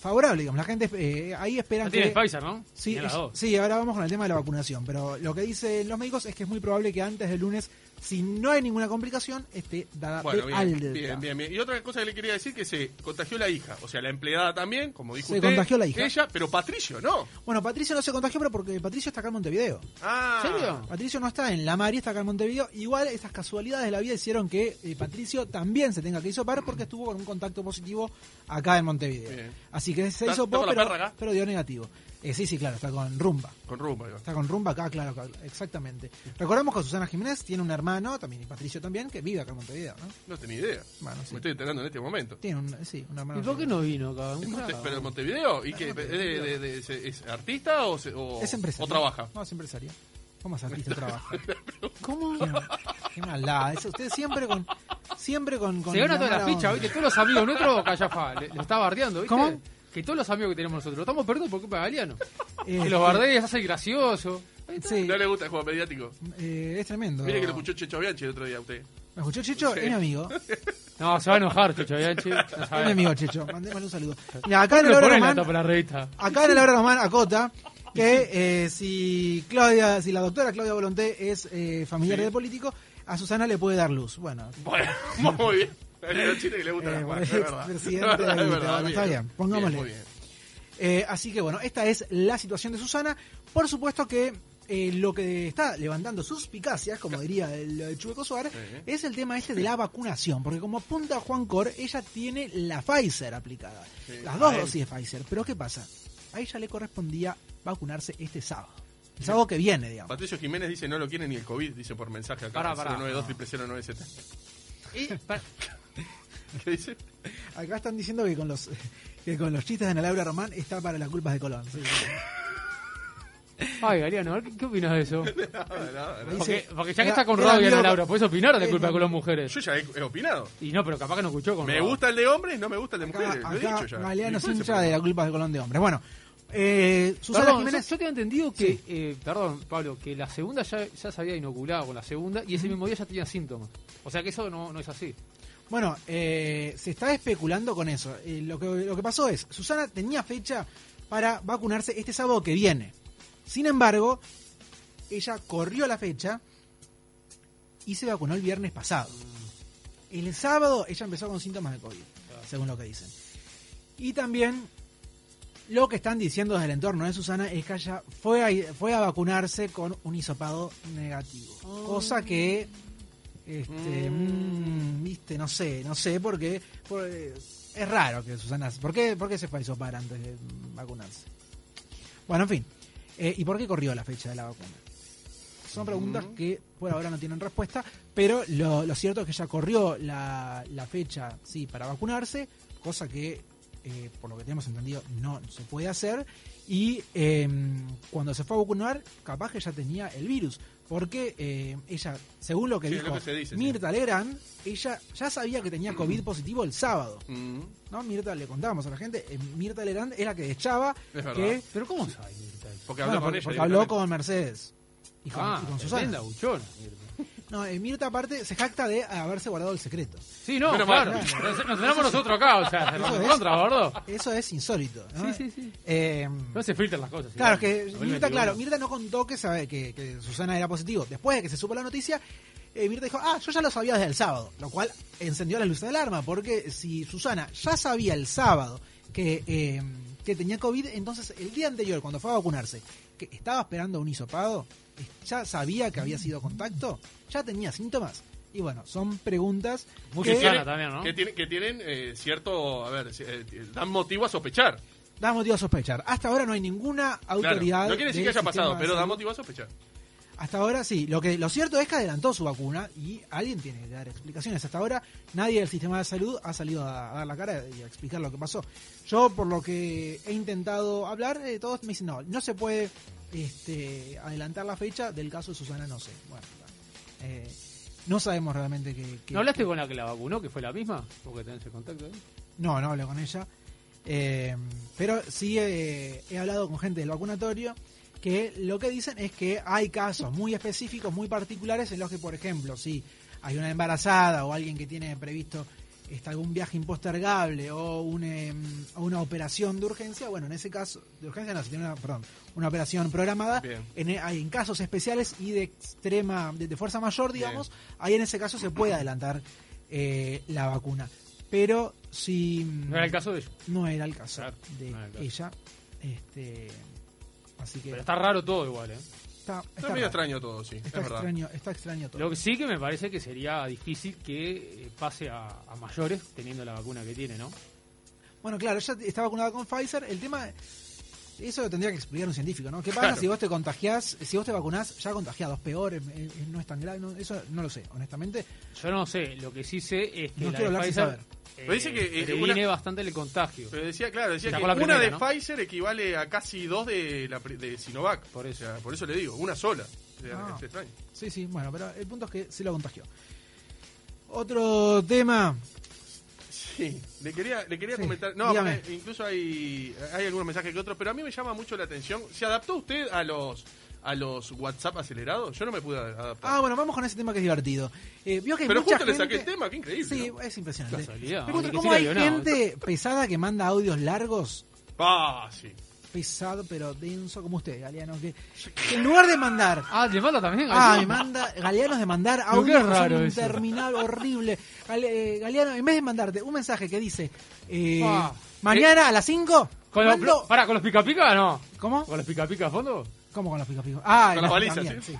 Speaker 4: favorable, digamos. La gente eh, ahí espera
Speaker 3: No
Speaker 4: que
Speaker 3: tiene Pfizer, ¿no?
Speaker 4: Sí,
Speaker 3: Tiene las
Speaker 4: es-
Speaker 3: dos.
Speaker 4: sí, ahora vamos con el tema de la vacunación, pero lo que dicen los médicos es que es muy probable que antes del lunes, si no hay ninguna complicación, esté dada
Speaker 2: Bueno,
Speaker 4: de
Speaker 2: bien,
Speaker 4: alta.
Speaker 2: bien, bien, bien. Y otra cosa que le quería decir que se contagió la hija, o sea, la empleada también, como dijo
Speaker 4: Se
Speaker 2: usted.
Speaker 4: contagió la hija.
Speaker 2: Ella, pero Patricio, ¿no?
Speaker 4: Bueno, Patricio no se contagió, pero porque Patricio está acá en Montevideo.
Speaker 2: Ah,
Speaker 4: Patricio no está en la Mari, está acá en Montevideo. Igual esas casualidades de la vida hicieron que eh, Patricio también se tenga que hisopar porque estuvo con un contacto positivo acá en Montevideo.
Speaker 2: Bien.
Speaker 4: Así que se
Speaker 2: ¿Está-
Speaker 4: hizo
Speaker 2: está con la
Speaker 4: pero,
Speaker 2: perra acá?
Speaker 4: pero dio negativo. Eh, sí, sí, claro, está con rumba.
Speaker 2: Con rumba. digo.
Speaker 4: Está con rumba acá, claro, acá, exactamente. Recordamos que Susana Jiménez tiene un hermano también y Patricio también que vive acá en Montevideo, ¿no?
Speaker 2: No tenía idea.
Speaker 4: Bueno, sí.
Speaker 2: Me estoy enterando en este momento.
Speaker 4: Tiene un, sí, un hermano.
Speaker 3: ¿Y por qué no vino acá?
Speaker 2: ¿Es
Speaker 3: Un
Speaker 2: Monte-
Speaker 3: carajo.
Speaker 2: ¿Pero de Montevideo? ¿Y qué? ¿Es, de- de- de- es- es artista o, se- o,
Speaker 4: Es empresario.
Speaker 2: o trabaja?
Speaker 4: No, es empresario. ¿Cómo es artista trabaja?
Speaker 3: ¿Cómo?
Speaker 4: Qué, qué maldad. Eso, usted siempre con. Siempre con. con
Speaker 3: Se gana
Speaker 4: la
Speaker 3: toda la
Speaker 4: mala
Speaker 3: ficha,
Speaker 4: onda.
Speaker 3: hoy que todos los amigos nuestros, Callafa, le, le está bardeando, ¿viste?
Speaker 4: ¿Cómo?
Speaker 3: Que todos los amigos que tenemos nosotros, lo estamos perdiendo por culpa de Galeano.
Speaker 4: Eh,
Speaker 3: que los bardees, hace el gracioso.
Speaker 4: Sí,
Speaker 2: ¿No le gusta el juego mediático?
Speaker 4: eh, es tremendo.
Speaker 2: Mire que lo escuchó Checho Bianchi el otro día a usted.
Speaker 4: ¿Me escuchó Checho?
Speaker 2: Sí.
Speaker 4: Es mi amigo.
Speaker 3: No, se va a enojar, Chucho Bianchi. No
Speaker 4: Es mi
Speaker 3: sabe.
Speaker 4: amigo Checho. Mandémosle un saludo. Mira, acá en
Speaker 3: No
Speaker 4: el
Speaker 3: le
Speaker 4: hora
Speaker 3: ponen la
Speaker 4: román.
Speaker 3: tapa de la revista.
Speaker 4: Acá en el hora román acota que eh, si Claudia, si la doctora Claudia Volonté es eh, familiar del político, a Susana le puede dar luz. Bueno,
Speaker 2: Bueno, muy bien. El chiste que le gusta
Speaker 4: Eh,
Speaker 2: la
Speaker 4: bueno,
Speaker 2: es verdad.
Speaker 4: expresidente
Speaker 2: Es verdad, es
Speaker 4: de
Speaker 2: verdad,
Speaker 4: Vitado, está bien, pongámosle.
Speaker 2: muy bien.
Speaker 4: Eh, así que bueno, esta es la situación de Susana. Por supuesto que eh, lo que está levantando suspicacias, como diría el, eh, Chueco Suárez,
Speaker 2: Sí.
Speaker 4: es el tema este de la vacunación. Porque como apunta Juan Cor, ella tiene la Pfizer aplicada.
Speaker 2: Sí.
Speaker 4: Las dos
Speaker 2: Ay.
Speaker 4: dosis de Pfizer. Pero ¿qué pasa? A ella le correspondía vacunarse este sábado. El sábado que viene, digamos.
Speaker 2: Patricio Jiménez dice no lo quiere ni el COVID, dice por mensaje acá.
Speaker 3: Pará, pará.
Speaker 2: 092
Speaker 3: Y, para-
Speaker 2: ¿Qué dice?
Speaker 4: Acá están diciendo que con los, que con los chistes de Ana Laura Román está para las culpas de Colón. Sí.
Speaker 3: Ay, Galeano, a ver, ¿qué, qué opinas de eso?
Speaker 2: Nada, nada.
Speaker 4: Dice,
Speaker 3: Porque, porque ya que
Speaker 4: era-
Speaker 3: está con
Speaker 4: era
Speaker 3: Rabia
Speaker 4: amigo-
Speaker 3: Ana Laura, puedes opinar de
Speaker 4: Eh,
Speaker 3: culpa
Speaker 4: no.
Speaker 3: con las mujeres.
Speaker 2: Yo ya he, he opinado.
Speaker 3: Y no, pero capaz que no escuchó con
Speaker 2: Me
Speaker 3: Roa.
Speaker 2: gusta el de hombres, no me gusta el de
Speaker 4: Acá,
Speaker 2: mujeres. Lo he
Speaker 4: acá
Speaker 2: dicho ya. ¿Y
Speaker 4: Galeano es
Speaker 2: cuál es el
Speaker 4: hincha de la
Speaker 2: problema?
Speaker 4: culpa de Colón de Hombres. Bueno, eh, Susana
Speaker 3: Perdón,
Speaker 4: Jiménez.
Speaker 3: yo, yo tengo entendido que,
Speaker 4: Sí.
Speaker 3: eh, perdón, Pablo, que la segunda ya, ya se había inoculado con la segunda y ese mismo día ya tenía síntomas. O sea que eso no, no es así.
Speaker 4: Bueno, eh, se está especulando con eso. Eh, lo, que, lo que pasó es, Susana tenía fecha para vacunarse este sábado que viene. Sin embargo, ella corrió la fecha y se vacunó el viernes pasado. El sábado ella empezó con síntomas de COVID, según lo que dicen. Y también lo que están diciendo desde el entorno de Susana es que ella fue a, fue a vacunarse con un hisopado negativo. Cosa que este, mm, viste, no sé, no sé, porque por- eh, es raro que Susana. ¿Por qué, por qué se fue a hisopar antes de mm, vacunarse? Bueno, en fin. Eh, ¿Y por qué corrió la fecha de la vacuna? Son preguntas que por ahora no tienen respuesta, pero lo, lo cierto es que ya corrió la, la fecha, sí, para vacunarse, cosa que eh, por lo que tenemos entendido, no se puede hacer. Y eh, cuando se fue a vacunar, capaz que ya tenía el virus. Porque eh, ella, según lo que
Speaker 2: Sí, es
Speaker 4: dijo
Speaker 2: lo que se dice, sí. Mm.
Speaker 4: Mirta Legrand, ella ya sabía que tenía COVID positivo el sábado. ¿No? Mirta, le contábamos a la gente, eh, Mirta Legrand era la que echaba
Speaker 2: Es verdad.
Speaker 4: que
Speaker 3: Pero ¿cómo sabe Mirta? eso?
Speaker 2: Porque habló con
Speaker 4: Bueno, por-
Speaker 2: ella.
Speaker 4: porque habló
Speaker 2: directamente.
Speaker 4: con Mercedes. Y con,
Speaker 3: ah,
Speaker 4: y con
Speaker 3: tremenda
Speaker 4: Susana.
Speaker 3: buchona, Mirta.
Speaker 4: No, eh, Mirta aparte se jacta de haberse guardado el secreto.
Speaker 3: Sí, no,
Speaker 2: Menos
Speaker 3: claro.
Speaker 2: mal.
Speaker 3: Nos, nos tenemos nosotros acá, o sea,
Speaker 4: Eso
Speaker 3: nos
Speaker 4: es.
Speaker 3: contra, gordo.
Speaker 4: Eso es insólito. ¿no?
Speaker 3: Sí, sí, sí.
Speaker 4: Eh,
Speaker 3: No se filtran las cosas.
Speaker 4: claro,
Speaker 3: igual.
Speaker 4: que
Speaker 3: A ver,
Speaker 4: Mirta,
Speaker 3: me
Speaker 4: claro,
Speaker 3: equivoco.
Speaker 4: Mirta no contó que, sabe, que, que Susana era positivo. Después de que se supo la noticia, eh, Mirta dijo, ah, yo ya lo sabía desde el sábado. Lo cual encendió las luces de alarma, porque si Susana ya sabía el sábado que, eh, que tenía COVID, entonces el día anterior, cuando fue a vacunarse, que estaba esperando un hisopado, eh, ya sabía que había sido contacto, ya tenía síntomas. Y bueno, son preguntas
Speaker 3: Muy
Speaker 4: que
Speaker 3: Susana también, ¿no?
Speaker 2: Que tienen, que tienen eh, cierto, a ver, eh, dan motivo a sospechar.
Speaker 4: da motivo a sospechar. Hasta ahora no hay ninguna
Speaker 2: Claro.
Speaker 4: autoridad.
Speaker 2: No quiere decir que
Speaker 4: del
Speaker 2: haya pasado,
Speaker 4: sistema de
Speaker 2: pero da
Speaker 4: salud.
Speaker 2: motivo a sospechar.
Speaker 4: Hasta ahora sí. Lo que lo cierto es que adelantó su vacuna y alguien tiene que dar explicaciones. Hasta ahora nadie del sistema de salud ha salido a, a dar la cara y a explicar lo que pasó. Yo por lo que he intentado hablar, eh, todos me dicen no, no se puede este, adelantar la fecha del caso de Susana no sé. Bueno, eh, no sabemos realmente qué. qué-
Speaker 3: ¿No hablaste con la que la vacunó, que fue la misma? Porque tenés el contacto ahí.
Speaker 4: No, no hablé con ella. Eh, pero sí eh, he hablado con gente del vacunatorio que lo que dicen es que hay casos muy específicos, muy particulares, en los que, por ejemplo, si hay una embarazada o alguien que tiene previsto este, algún viaje impostergable o un, em, o una operación de urgencia, bueno, en ese caso, de urgencia no, si tiene una, perdón, una operación programada,
Speaker 2: Bien.
Speaker 4: en, e, hay en casos especiales y de extrema, de, de fuerza mayor, digamos, ahí en ese caso se puede adelantar eh, la vacuna. Pero si
Speaker 3: No era el caso de ella.
Speaker 4: no era el caso
Speaker 3: Claro,
Speaker 4: de
Speaker 3: no era el caso.
Speaker 4: ella, este, así que
Speaker 3: Pero está raro todo igual, ¿eh?
Speaker 2: Está
Speaker 4: está, está
Speaker 2: medio
Speaker 4: raro.
Speaker 2: extraño todo, sí.
Speaker 4: Está
Speaker 2: es verdad.
Speaker 4: extraño, está extraño todo.
Speaker 3: Lo que sí que me parece que sería difícil que eh, pase a, a mayores teniendo la vacuna que tiene, ¿no?
Speaker 4: Bueno, claro, ella está vacunada con Pfizer. El tema, eso lo tendría que explicar un científico, ¿no? ¿Qué pasa
Speaker 2: Claro.
Speaker 4: si vos te contagiás, si vos te vacunás ya contagiados, peor, eh, eh, no es tan grave? no, eso no lo sé, honestamente.
Speaker 3: Yo no sé, lo que sí sé es que
Speaker 4: No
Speaker 3: la
Speaker 4: quiero
Speaker 3: de
Speaker 4: hablar sin
Speaker 3: Pfizer
Speaker 4: saber.
Speaker 2: Pero dice que, eh,
Speaker 3: previene
Speaker 2: una- Eh.
Speaker 3: bastante el contagio.
Speaker 2: Pero decía, claro, decía que
Speaker 3: Sacó la
Speaker 2: una
Speaker 3: primera,
Speaker 2: de
Speaker 3: ¿no?
Speaker 2: Pfizer equivale a casi dos de, la, pri- de Sinovac.
Speaker 3: Por eso.
Speaker 2: O sea, por eso le digo, una sola. O sea,
Speaker 4: Ah.
Speaker 2: Es extraño.
Speaker 4: Sí, sí, bueno, pero el punto es que sí lo contagió. Otro tema.
Speaker 2: Sí, le quería, le quería
Speaker 4: Sí,
Speaker 2: comentar. No,
Speaker 4: dígame.
Speaker 2: porque incluso hay, hay algunos mensajes que otros, pero a mí me llama mucho la atención. ¿Se adaptó usted a los a los WhatsApp acelerados? Yo no me pude adaptar.
Speaker 4: Ah, bueno, vamos con ese tema que es divertido. Eh, vio que hay
Speaker 2: pero
Speaker 4: mucha
Speaker 2: justo le saqué el
Speaker 4: gente-
Speaker 2: tema, qué increíble.
Speaker 4: Sí,
Speaker 2: ¿no?
Speaker 4: es impresionante.
Speaker 3: Casualidad,
Speaker 4: Me encuentro
Speaker 3: ni
Speaker 4: cómo
Speaker 3: siquiera
Speaker 4: hay
Speaker 3: vio nada.
Speaker 4: gente pesada que manda audios largos
Speaker 2: Ah, sí.
Speaker 4: pesado pero denso como usted, Galeano, que, que en lugar de mandar
Speaker 3: Ah, le manda también.
Speaker 4: Ah,
Speaker 3: Galeano.
Speaker 4: me manda Galeano es de mandar
Speaker 3: Pero qué
Speaker 4: audios que
Speaker 3: raro
Speaker 4: son
Speaker 3: eso.
Speaker 4: interminable, horrible. Gale- eh, Galeano, en vez de mandarte un mensaje que dice eh,
Speaker 3: Ah.
Speaker 4: mañana a las 5,
Speaker 3: Con los, para, ¿con los pica pica no?
Speaker 4: ¿Cómo?
Speaker 3: ¿Con los pica pica a fondo?
Speaker 4: ¿Cómo con los pica pica? Ah,
Speaker 2: Con
Speaker 4: y
Speaker 2: las
Speaker 4: picas
Speaker 2: balizas,
Speaker 4: también,
Speaker 2: sí.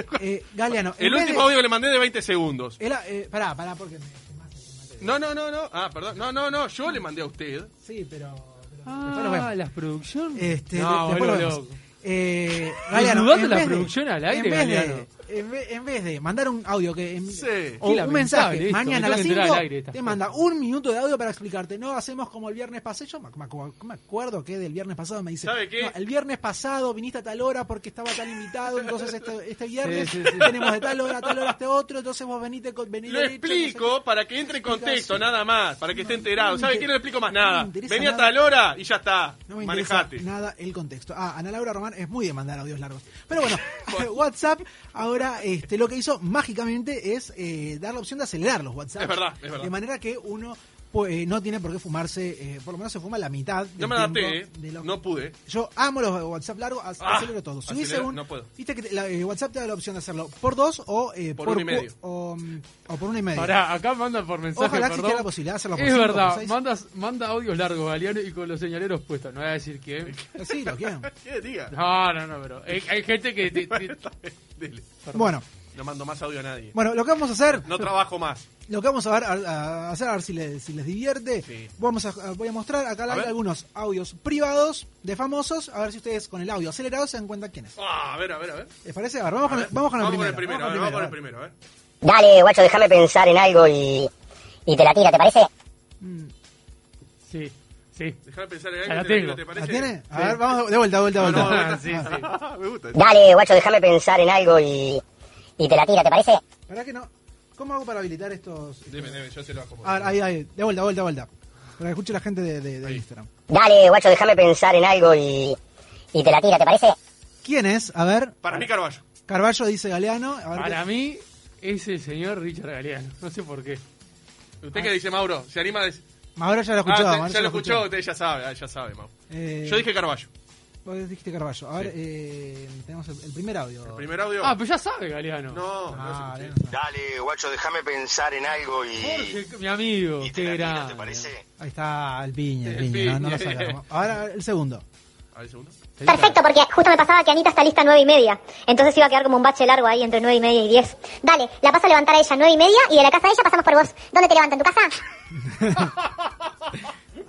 Speaker 4: sí. Eh, Galeano, en
Speaker 2: El
Speaker 4: vez
Speaker 2: último
Speaker 4: de-
Speaker 2: audio que le mandé de 20 segundos.
Speaker 4: el- eh, pará, pará, porque me- me mata, me mata.
Speaker 2: No, no, no, no. Ah, perdón. No, no, no. Yo le mandé a usted.
Speaker 4: Sí, pero, pero después lo
Speaker 3: Ah,
Speaker 4: vemos.
Speaker 3: las producciones.
Speaker 4: Este,
Speaker 3: no,
Speaker 4: de- después lo
Speaker 3: boludo,
Speaker 4: vemos.
Speaker 3: loco.
Speaker 4: Eh, Galeano,
Speaker 3: Desnudando
Speaker 4: en
Speaker 3: la
Speaker 4: vez de-
Speaker 3: producción al aire,
Speaker 4: en vez, de,
Speaker 3: Galeano.
Speaker 4: en, ve- en vez de mandar un audio que en-
Speaker 2: Sí.
Speaker 4: o
Speaker 3: Qué
Speaker 4: un
Speaker 3: lamentable
Speaker 4: mensaje
Speaker 3: esto,
Speaker 4: mañana
Speaker 3: me
Speaker 4: a las
Speaker 3: tengo que enterar
Speaker 4: 5
Speaker 3: al aire de estas
Speaker 4: te manda
Speaker 3: cosas.
Speaker 4: un minuto de audio para explicarte no hacemos como el viernes pasado yo me, me acu- me acuerdo que del viernes pasado me dice
Speaker 2: ¿Sabe qué?
Speaker 4: "No, el viernes pasado viniste a tal hora porque estaba tal invitado entonces este, este viernes
Speaker 3: Sí, sí, sí.
Speaker 4: tenemos de tal hora a tal hora este otro entonces vos venite con venid
Speaker 2: Lo
Speaker 4: derecho, no sé
Speaker 2: explico para que entre en contexto, nada más, para que esté enterado.
Speaker 4: no me
Speaker 2: ¿Sabe
Speaker 4: inter-
Speaker 2: qué? No le explico más
Speaker 4: no me
Speaker 2: nada.
Speaker 4: interesa
Speaker 2: Vení a
Speaker 4: nada.
Speaker 2: tal hora y ya está.
Speaker 4: No me interesa
Speaker 2: Manejate.
Speaker 4: nada el contexto. Ah, Ana Laura Román es muy de mandar audios largos. Pero bueno, WhatsApp ahora este, lo que hizo mágicamente es eh, dar la opción de acelerar los WhatsApp.
Speaker 2: Es verdad, es verdad.
Speaker 4: De manera que uno pues, eh, no tiene por qué fumarse, eh, por lo menos se fuma la mitad. del
Speaker 2: No me adapté,
Speaker 4: tiempo de
Speaker 2: eh.
Speaker 4: lo-
Speaker 2: No pude.
Speaker 4: Yo amo los WhatsApp largos, ac-
Speaker 2: Ah,
Speaker 4: acelero todo. Subís
Speaker 2: acelero,
Speaker 4: según-
Speaker 2: no puedo.
Speaker 4: Viste que te- la- eh, WhatsApp te da la opción de hacerlo por dos o eh,
Speaker 2: Por uno y
Speaker 4: cu-
Speaker 2: medio.
Speaker 4: O, mm, o por uno y medio.
Speaker 3: Pará, acá mandan por mensaje.
Speaker 4: Ojalá
Speaker 3: perdón.
Speaker 4: existiera la posibilidad de hacerlo por
Speaker 3: Es
Speaker 4: cinco,
Speaker 3: verdad,
Speaker 4: por seis.
Speaker 3: mandas, manda audios largos, Galeano, y con los señaleros puestos. No voy a decir quién.
Speaker 4: Eh, Sí, lo quieren.
Speaker 2: ¿Qué? Diga.
Speaker 3: No, no, no, pero hay, hay gente que. te- te-
Speaker 2: Dele.
Speaker 4: Bueno,
Speaker 2: No mando más audio a nadie.
Speaker 4: bueno, lo que vamos a hacer
Speaker 2: No trabajo más.
Speaker 4: Lo que vamos a, ver, a- a hacer, a ver si les, si les divierte.
Speaker 2: Sí.
Speaker 4: Vamos a, a- voy a mostrar acá al
Speaker 2: A
Speaker 4: aire
Speaker 2: ver.
Speaker 4: algunos audios privados de famosos. A ver si ustedes con el audio acelerado se dan cuenta quién es.
Speaker 2: Ah, a ver, a ver, a ver.
Speaker 4: ¿Les parece? A ver, vamos,
Speaker 2: A
Speaker 4: con,
Speaker 2: ver,
Speaker 4: el, vamos con el primero.
Speaker 2: a ver, Vamos con el primero,
Speaker 4: primero,
Speaker 2: a ver.
Speaker 6: Dale, guacho, déjame pensar en algo y, y te la tira, ¿te parece?
Speaker 3: Sí, Sí.
Speaker 2: Dejá de pensar en
Speaker 3: Ya
Speaker 2: algo.
Speaker 3: la
Speaker 2: te la
Speaker 3: tengo.
Speaker 2: tiro, ¿te
Speaker 4: ¿La
Speaker 2: parece?
Speaker 4: tiene? A ver, vamos de vuelta, vuelta,
Speaker 2: No, no,
Speaker 4: vuelta. Ah,
Speaker 2: vuelta, sí, sí. Me gusta.
Speaker 6: Dale, guacho, déjame pensar en algo y, y te la tiro, ¿te parece?
Speaker 4: ¿Para que no? ¿Cómo hago para habilitar estos?
Speaker 2: Dime, dime, yo se lo acomodo.
Speaker 4: A ver, ahí, ahí, de vuelta, vuelta, vuelta. Para que escuche la gente de, de- de Instagram.
Speaker 6: Dale, guacho, déjame pensar en algo y, y te la tiro, ¿te parece?
Speaker 4: ¿Quién es? A ver,
Speaker 2: Para mí, Carballo.
Speaker 4: Carballo dice Galeano. A ver,
Speaker 3: Para mí es el señor Richard Galeano. No sé por qué.
Speaker 2: ¿Usted qué dice, Mauro? ¿Se anima a decir?
Speaker 4: Ahora ya lo escuchó.
Speaker 2: Ah,
Speaker 4: Mauro
Speaker 2: usted ya lo escuchó, usted ya sabe, ah, ya sabe, Mauro.
Speaker 4: Eh,
Speaker 2: Yo dije Carballo.
Speaker 4: Vos dijiste Carballo. A ver, eh, tenemos el, el primer audio. El
Speaker 2: Primer audio.
Speaker 3: Ah, pero ya sabe Galeano. No,
Speaker 2: Ah.
Speaker 4: Ah,
Speaker 7: Dale, guacho, déjame pensar en algo y.
Speaker 3: Mi amigo, qué grande.
Speaker 4: Ahí está el piña, el,
Speaker 3: El
Speaker 4: piña. No, no lo
Speaker 3: piña.
Speaker 4: sacamos. Ahora el segundo.
Speaker 2: A ver, segundo.
Speaker 8: Perfecto, porque justo me pasaba que Anita está lista a 9 y media. Entonces iba a quedar como un bache largo ahí entre 9 y media y 10. Dale, la paso a levantar a ella 9 y media y de la casa de ella pasamos por vos. ¿Dónde te levanta? ¿En tu casa?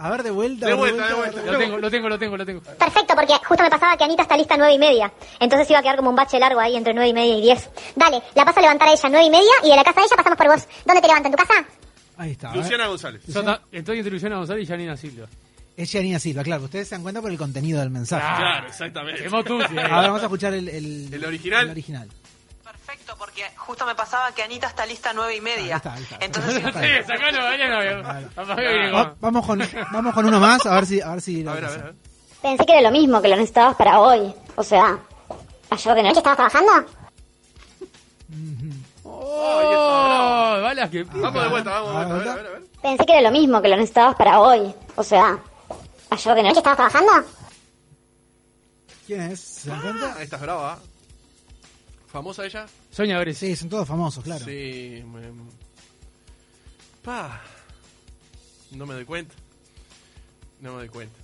Speaker 4: A ver, de vuelta.
Speaker 3: De
Speaker 4: de
Speaker 3: vuelta, de
Speaker 4: vuelta,
Speaker 3: vuelta. Lo tengo, lo tengo, lo tengo, lo tengo.
Speaker 8: Perfecto, porque justo me pasaba que Anita está lista a 9 y media. Entonces iba a quedar como un bache largo ahí entre 9 y media y 10. Dale, la paso a levantar a ella 9 y media y de la casa de ella pasamos por vos. ¿Dónde te levanta? ¿En tu casa?
Speaker 4: Ahí está. a ver.
Speaker 2: Ah, Luciana González.
Speaker 3: Yo ta- estoy entre Luciana González y Janina Silva.
Speaker 4: Es Yanina Silva, claro. Ustedes se dan cuenta por el contenido del mensaje.
Speaker 2: Claro, exactamente.
Speaker 3: Hemos tú, sí.
Speaker 4: Ahora vamos a escuchar el, el,
Speaker 2: ¿El original?
Speaker 4: el original.
Speaker 9: Perfecto, porque justo me pasaba que Anita está lista a nueve y media. Entonces,
Speaker 3: Sí, sacalo, Galeano. Apagá bien,
Speaker 4: Va- Oh, vamos, con, vamos con uno más, a ver si. A ver, si lo alcanza.
Speaker 10: Pensé que era lo mismo, que lo necesitabas para hoy. O sea, ayer de noche estabas trabajando.
Speaker 3: Oh, balas que pican.
Speaker 2: Vamos de vuelta, vamos de vuelta. a ver, a ver, a ver.
Speaker 10: Pensé que era lo mismo, que lo necesitabas para hoy. O sea, ayer de noche estabas trabajando.
Speaker 4: ¿Quién es? ¿Se dan cuenta?
Speaker 2: Ah, estás brava. ¿Famosa ella?
Speaker 3: Soña Gres.
Speaker 4: Sí, son todos famosos, claro.
Speaker 2: Sí. me- Pa. No me doy cuenta. No me doy cuenta.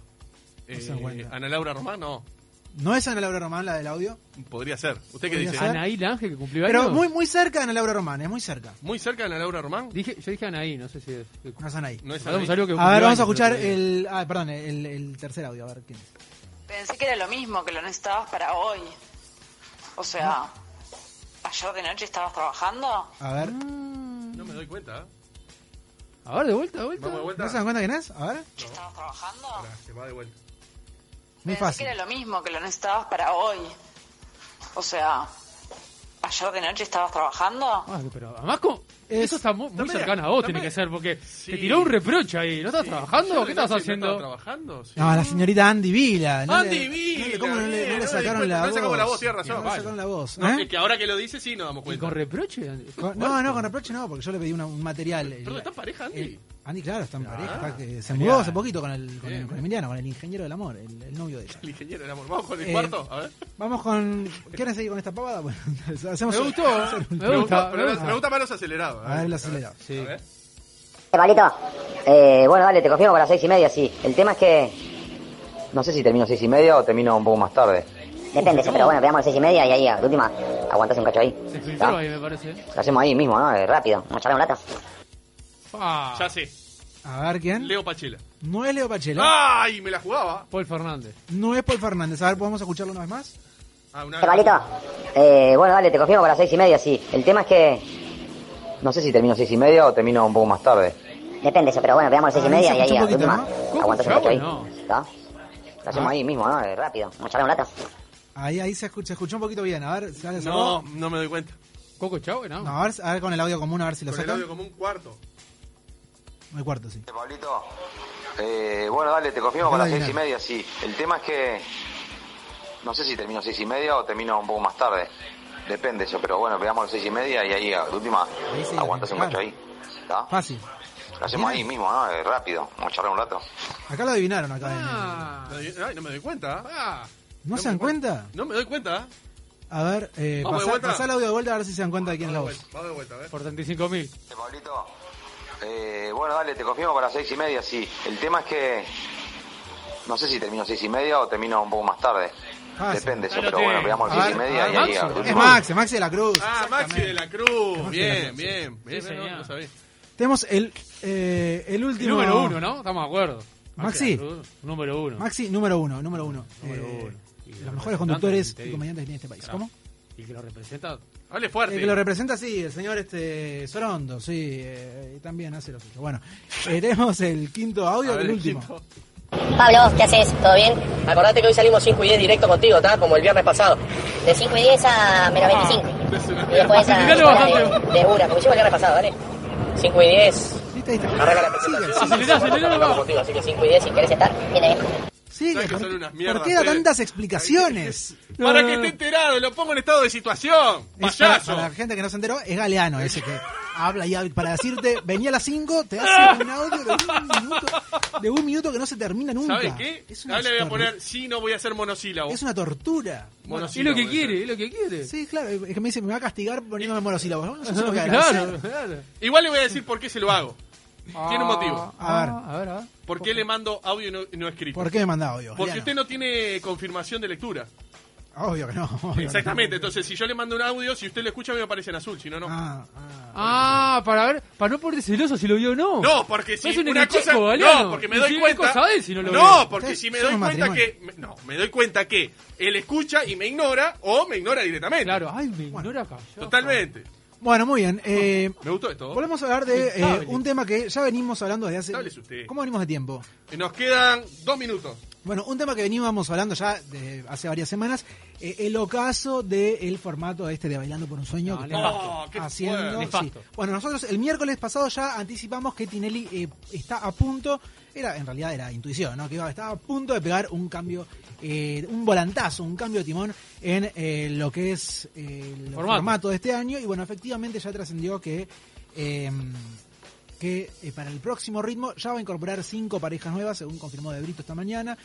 Speaker 2: Eh,
Speaker 4: se da cuenta.
Speaker 2: Ana Laura Román, no.
Speaker 4: ¿No es Ana Laura Román la del audio?
Speaker 2: Podría ser. ¿Usted qué
Speaker 4: Podría
Speaker 2: dice?
Speaker 4: ser.
Speaker 3: Anaí Lange que cumplió
Speaker 4: Pero
Speaker 3: años.
Speaker 4: muy, muy cerca de Ana Laura Román, es muy cerca.
Speaker 2: ¿Muy cerca de Ana Laura Román?
Speaker 3: Dije, yo dije Anaí, no sé si es.
Speaker 4: No es Anaí.
Speaker 2: No es
Speaker 3: Hagamos
Speaker 2: Anaí.
Speaker 3: algo que
Speaker 4: A ver, vamos a
Speaker 3: años,
Speaker 4: escuchar
Speaker 3: creo que-
Speaker 4: el. Ah, perdón, el, el tercer audio, a ver quién es.
Speaker 9: pensé que era lo mismo, que lo necesitabas para hoy. O sea, ayer de noche estabas trabajando.
Speaker 4: A ver.
Speaker 2: No me doy cuenta. ¿eh?
Speaker 3: A ver, de vuelta, de vuelta.
Speaker 2: Vamos de vuelta.
Speaker 4: ¿No se dan cuenta quién es? A ver.
Speaker 9: ¿Estabas trabajando?
Speaker 2: Pará, se va de vuelta.
Speaker 4: Muy
Speaker 9: pensé
Speaker 4: fácil.
Speaker 9: que era lo mismo, que lo necesitabas para hoy. O sea, ayer de noche estabas trabajando.
Speaker 3: Ah, pero además, como- eso está muy, muy
Speaker 2: media-
Speaker 3: cercano a vos,
Speaker 2: está
Speaker 3: tiene que
Speaker 2: media-
Speaker 3: ser, porque te tiró un reproche ahí. ¿No estás trabajando? ¿Qué estás haciendo?
Speaker 2: ¿Estás trabajando? Sí.
Speaker 4: No, la señorita Andy Vila. no
Speaker 2: Andy
Speaker 4: le-
Speaker 2: Vila,
Speaker 4: no le- ¿Cómo no le,
Speaker 2: bien,
Speaker 4: no le
Speaker 2: no le
Speaker 4: sacaron
Speaker 2: cuento,
Speaker 4: la
Speaker 2: no le
Speaker 4: voz?
Speaker 2: sacamos la voz, tiene razón,
Speaker 4: No le
Speaker 2: vaya.
Speaker 4: sacaron la voz.
Speaker 2: No,
Speaker 4: ¿eh?
Speaker 2: es que ahora que lo dice, sí nos damos cuenta.
Speaker 3: ¿Con reproche? Andy?
Speaker 4: Con- No, no, con reproche no, porque yo le pedí una- un material. El-
Speaker 2: Perdón, ¿están pareja, Andy? Ah,
Speaker 4: el- Andy, claro, está en pareja. está que se
Speaker 2: genial.
Speaker 4: mudó hace poquito con, el, con, el-
Speaker 2: Bien.
Speaker 4: con Emiliano, con el ingeniero del amor, el, el novio de ella.
Speaker 2: El ingeniero del amor. Vamos con el
Speaker 4: Eh,
Speaker 2: cuarto. A ver.
Speaker 4: Vamos con. ¿Quieren seguir con esta pavada? Bueno, hacemos.
Speaker 2: Me gustó, ¿eh?
Speaker 4: hacemos un-
Speaker 2: Me gusta, pero
Speaker 3: Ah.
Speaker 2: me gusta más los acelerados.
Speaker 4: A ver, el acelerado.
Speaker 2: Sí.
Speaker 6: Eh, Pablito, eh, bueno, dale, te confirmo para las seis y media, sí. El tema es que. No sé si termino seis y media o termino un poco más tarde.
Speaker 3: Depende, sí, pero bueno,
Speaker 6: veamos las seis y media y ahí, de última, aguantás un cacho ahí.
Speaker 3: Se filtró ahí, me parece.
Speaker 6: Lo hacemos ahí mismo, ¿no? Eh, Rápido, mocharon lata.
Speaker 2: Ya sé.
Speaker 4: A ver quién.
Speaker 2: Leo ¡Ah! Pachela.
Speaker 4: No es Leo Pachela.
Speaker 2: ¡Ay! Me la jugaba.
Speaker 3: Paul Fernández.
Speaker 4: No es Paul Fernández. A ver, ¿podemos escucharlo una vez más?
Speaker 2: Ah, una
Speaker 6: Eh, Pablito, eh, bueno, dale, te confirmo para las seis y media, sí. El tema es que. No sé si termino seis y media o termino un poco más tarde. Depende, eso, pero bueno, veamos las seis y
Speaker 4: Ah,
Speaker 6: media
Speaker 4: se
Speaker 6: y ahí,
Speaker 4: escucha un
Speaker 6: de
Speaker 4: poquito,
Speaker 6: última,
Speaker 4: ¿no?
Speaker 6: aguantás un
Speaker 4: Ya,
Speaker 6: cacho ahí.
Speaker 4: bueno.
Speaker 6: ¿Está? Lo hacemos
Speaker 4: Ah.
Speaker 6: ahí mismo, ¿no? Eh, Rápido, mocharon lata.
Speaker 4: Ahí, ahí se escucha, se escuchó un poquito bien. A ver, ¿sale
Speaker 2: No, no me doy cuenta.
Speaker 3: Coco Chau, ¿no?
Speaker 4: no a, ver, a ver con el audio común, a ver si lo
Speaker 2: Con el
Speaker 4: sacan.
Speaker 2: audio como un cuarto.
Speaker 4: El cuarto, sí.
Speaker 7: Este, Pablito, eh, bueno, dale, te confirmo para las seis y media, sí. El tema es que. No sé si termino seis y media o termino un poco más tarde. Depende eso, pero bueno, veamos las seis y media y ahí, de última,
Speaker 4: sí,
Speaker 7: aguantás un
Speaker 4: claro.
Speaker 7: cacho ahí. ¿Está?
Speaker 4: Fácil.
Speaker 7: Lo hacemos ahí mismo, ¿no? Eh, Rápido, mocharon un rato.
Speaker 4: Acá lo adivinaron acá. en el-
Speaker 2: Ay, no me doy cuenta. Ah,
Speaker 4: ¿No se dan cuenta?
Speaker 2: no me doy cuenta. ¿ah?
Speaker 4: A ver, eh,
Speaker 2: Vamos de
Speaker 4: pasá,
Speaker 2: vuelta.
Speaker 4: pasá el audio de vuelta a ver si se dan cuenta de quién es la voz.
Speaker 2: Vamos de vuelta, a ver.
Speaker 3: Por 35.000.
Speaker 7: Eh, Pablito, eh, bueno, dale, te confirmo para las seis y media, sí. El tema es que. No sé si termino seis y media o termino un poco más tarde.
Speaker 4: Fácil.
Speaker 7: Depende eso,
Speaker 4: Ahí lo
Speaker 7: pero bueno,
Speaker 4: tiene.
Speaker 7: veamos
Speaker 4: A
Speaker 7: las seis y
Speaker 4: ver,
Speaker 7: media
Speaker 4: a
Speaker 7: y
Speaker 4: ver,
Speaker 7: ahí, de
Speaker 4: Maxi.
Speaker 7: última.
Speaker 4: Es Maxi, Maxi de la Cruz.
Speaker 2: Ah, Maxi de la Cruz. Bien, bien. bien,
Speaker 3: Sí,
Speaker 2: bien,
Speaker 3: señor.
Speaker 2: no sabía.
Speaker 4: Tenemos el, eh, el
Speaker 3: El
Speaker 4: último.
Speaker 3: número uno, ¿no? Estamos de acuerdo.
Speaker 4: Maxi.
Speaker 3: Cruz, Número uno.
Speaker 4: Maxi, número uno, número uno.
Speaker 3: Número
Speaker 4: Eh,
Speaker 3: uno. Y
Speaker 4: Los
Speaker 3: lo
Speaker 4: mejores
Speaker 3: representante,
Speaker 4: conductores
Speaker 3: te
Speaker 4: y
Speaker 3: digo.
Speaker 4: comediantes que tiene este país.
Speaker 3: Carajo.
Speaker 4: ¿Cómo?
Speaker 3: Y que lo representa.
Speaker 2: Hable fuerte.
Speaker 4: El que lo representa, sí, el señor este Sorondo, sí, eh, y también hace lo suyo. Bueno, eh, tenemos el quinto audio,
Speaker 2: A ver,
Speaker 4: el
Speaker 2: el
Speaker 4: último.
Speaker 2: quinto.
Speaker 11: Pablo, ¿qué haces? ¿Todo bien? Acordate que hoy salimos 5 y 10 directo contigo, ¿está? Como el viernes pasado. De 5 y 10 a menos
Speaker 6: Ah.
Speaker 11: 25. y después a.
Speaker 3: Facilitalo bastante.
Speaker 11: de, de una, como hicimos el viernes pasado, ¿vale? 5 y 10. Arranca la presentación.
Speaker 3: Acelerá, acelerá,
Speaker 11: Vamos contigo, así que 5 y 10, si querés estar, viene bien.
Speaker 4: Sí,
Speaker 2: que son unas mierdas.
Speaker 4: ¿Por qué da
Speaker 2: ustedes?
Speaker 4: tantas explicaciones?
Speaker 2: Para que esté enterado, lo pongo en estado de situación.
Speaker 4: Es para,
Speaker 2: Payaso.
Speaker 4: para la gente que no se enteró, es Galeano ese que habla y habla para decirte, venía a las 5, te
Speaker 2: Ah.
Speaker 4: hace un audio de un minuto, de un minuto que no se termina nunca.
Speaker 2: ¿Sabes qué?
Speaker 4: Es una,
Speaker 2: Ahora le voy a
Speaker 4: tor-
Speaker 2: poner, sí, no voy a ser monosílabo.
Speaker 4: es una tortura.
Speaker 2: Monosílabo,
Speaker 3: Es lo que
Speaker 2: puede ser.
Speaker 3: quiere, es lo que quiere.
Speaker 4: Sí, claro, es que me dice, me va a castigar poniéndome monosílabos. No, no sé si lo voy a
Speaker 3: Claro,
Speaker 4: agradecer.
Speaker 3: claro.
Speaker 2: Igual le voy a decir por qué se lo hago.
Speaker 4: Ah.
Speaker 2: Tiene un motivo.
Speaker 5: Ah,
Speaker 4: A
Speaker 3: ver, a ver.
Speaker 2: ¿Por qué le mando audio y no, y no escrito?
Speaker 4: ¿Por qué me manda audio?
Speaker 2: Porque
Speaker 4: Galeano?
Speaker 2: usted no tiene confirmación de lectura.
Speaker 4: Obvio que no. obvio que no.
Speaker 2: Exactamente, entonces si yo le mando un audio, si usted lo escucha me aparece en azul, si no, no.
Speaker 4: Ah.
Speaker 3: Ah, para ver, para no ponerte celoso si lo vio o no.
Speaker 2: No, porque si
Speaker 3: Parece un
Speaker 2: una cosa,
Speaker 3: enemigo, Galeano.
Speaker 2: no, porque me
Speaker 3: Y
Speaker 2: doy
Speaker 3: si
Speaker 2: cuenta.
Speaker 3: es cosa de él si no lo
Speaker 2: no,
Speaker 3: ve.
Speaker 2: porque
Speaker 4: Ustedes
Speaker 2: si me doy
Speaker 4: son un
Speaker 2: cuenta que me- no, me doy cuenta que él escucha y me ignora o me ignora directamente. Claro,
Speaker 3: ay, me ignora acá.
Speaker 2: Totalmente.
Speaker 4: Bueno, muy bien. eh,
Speaker 2: Me gustó esto.
Speaker 4: volvemos a hablar de eh,
Speaker 2: Estable.
Speaker 4: un tema que ya venimos hablando desde hace...
Speaker 2: Estable es usted.
Speaker 4: ¿Cómo venimos de tiempo?
Speaker 2: Nos quedan dos minutos.
Speaker 4: Bueno, un tema que veníamos hablando ya de hace varias semanas, eh, el ocaso del formato este de Bailando por un Sueño. que está
Speaker 2: nefasto. qué
Speaker 4: haciendo.
Speaker 2: fuerte.
Speaker 4: sí. Bueno, nosotros el miércoles pasado ya anticipamos que Tinelli eh, está a punto, era en realidad era intuición, ¿no? que iba- estaba a punto de pegar un cambio, eh, un volantazo, un cambio de timón en eh, lo que es eh, el
Speaker 3: Formato.
Speaker 4: formato. de este año. Y bueno, efectivamente ya trascendió que... em, que eh, para el próximo ritmo ya va a incorporar cinco parejas nuevas, según confirmó De Brito esta mañana.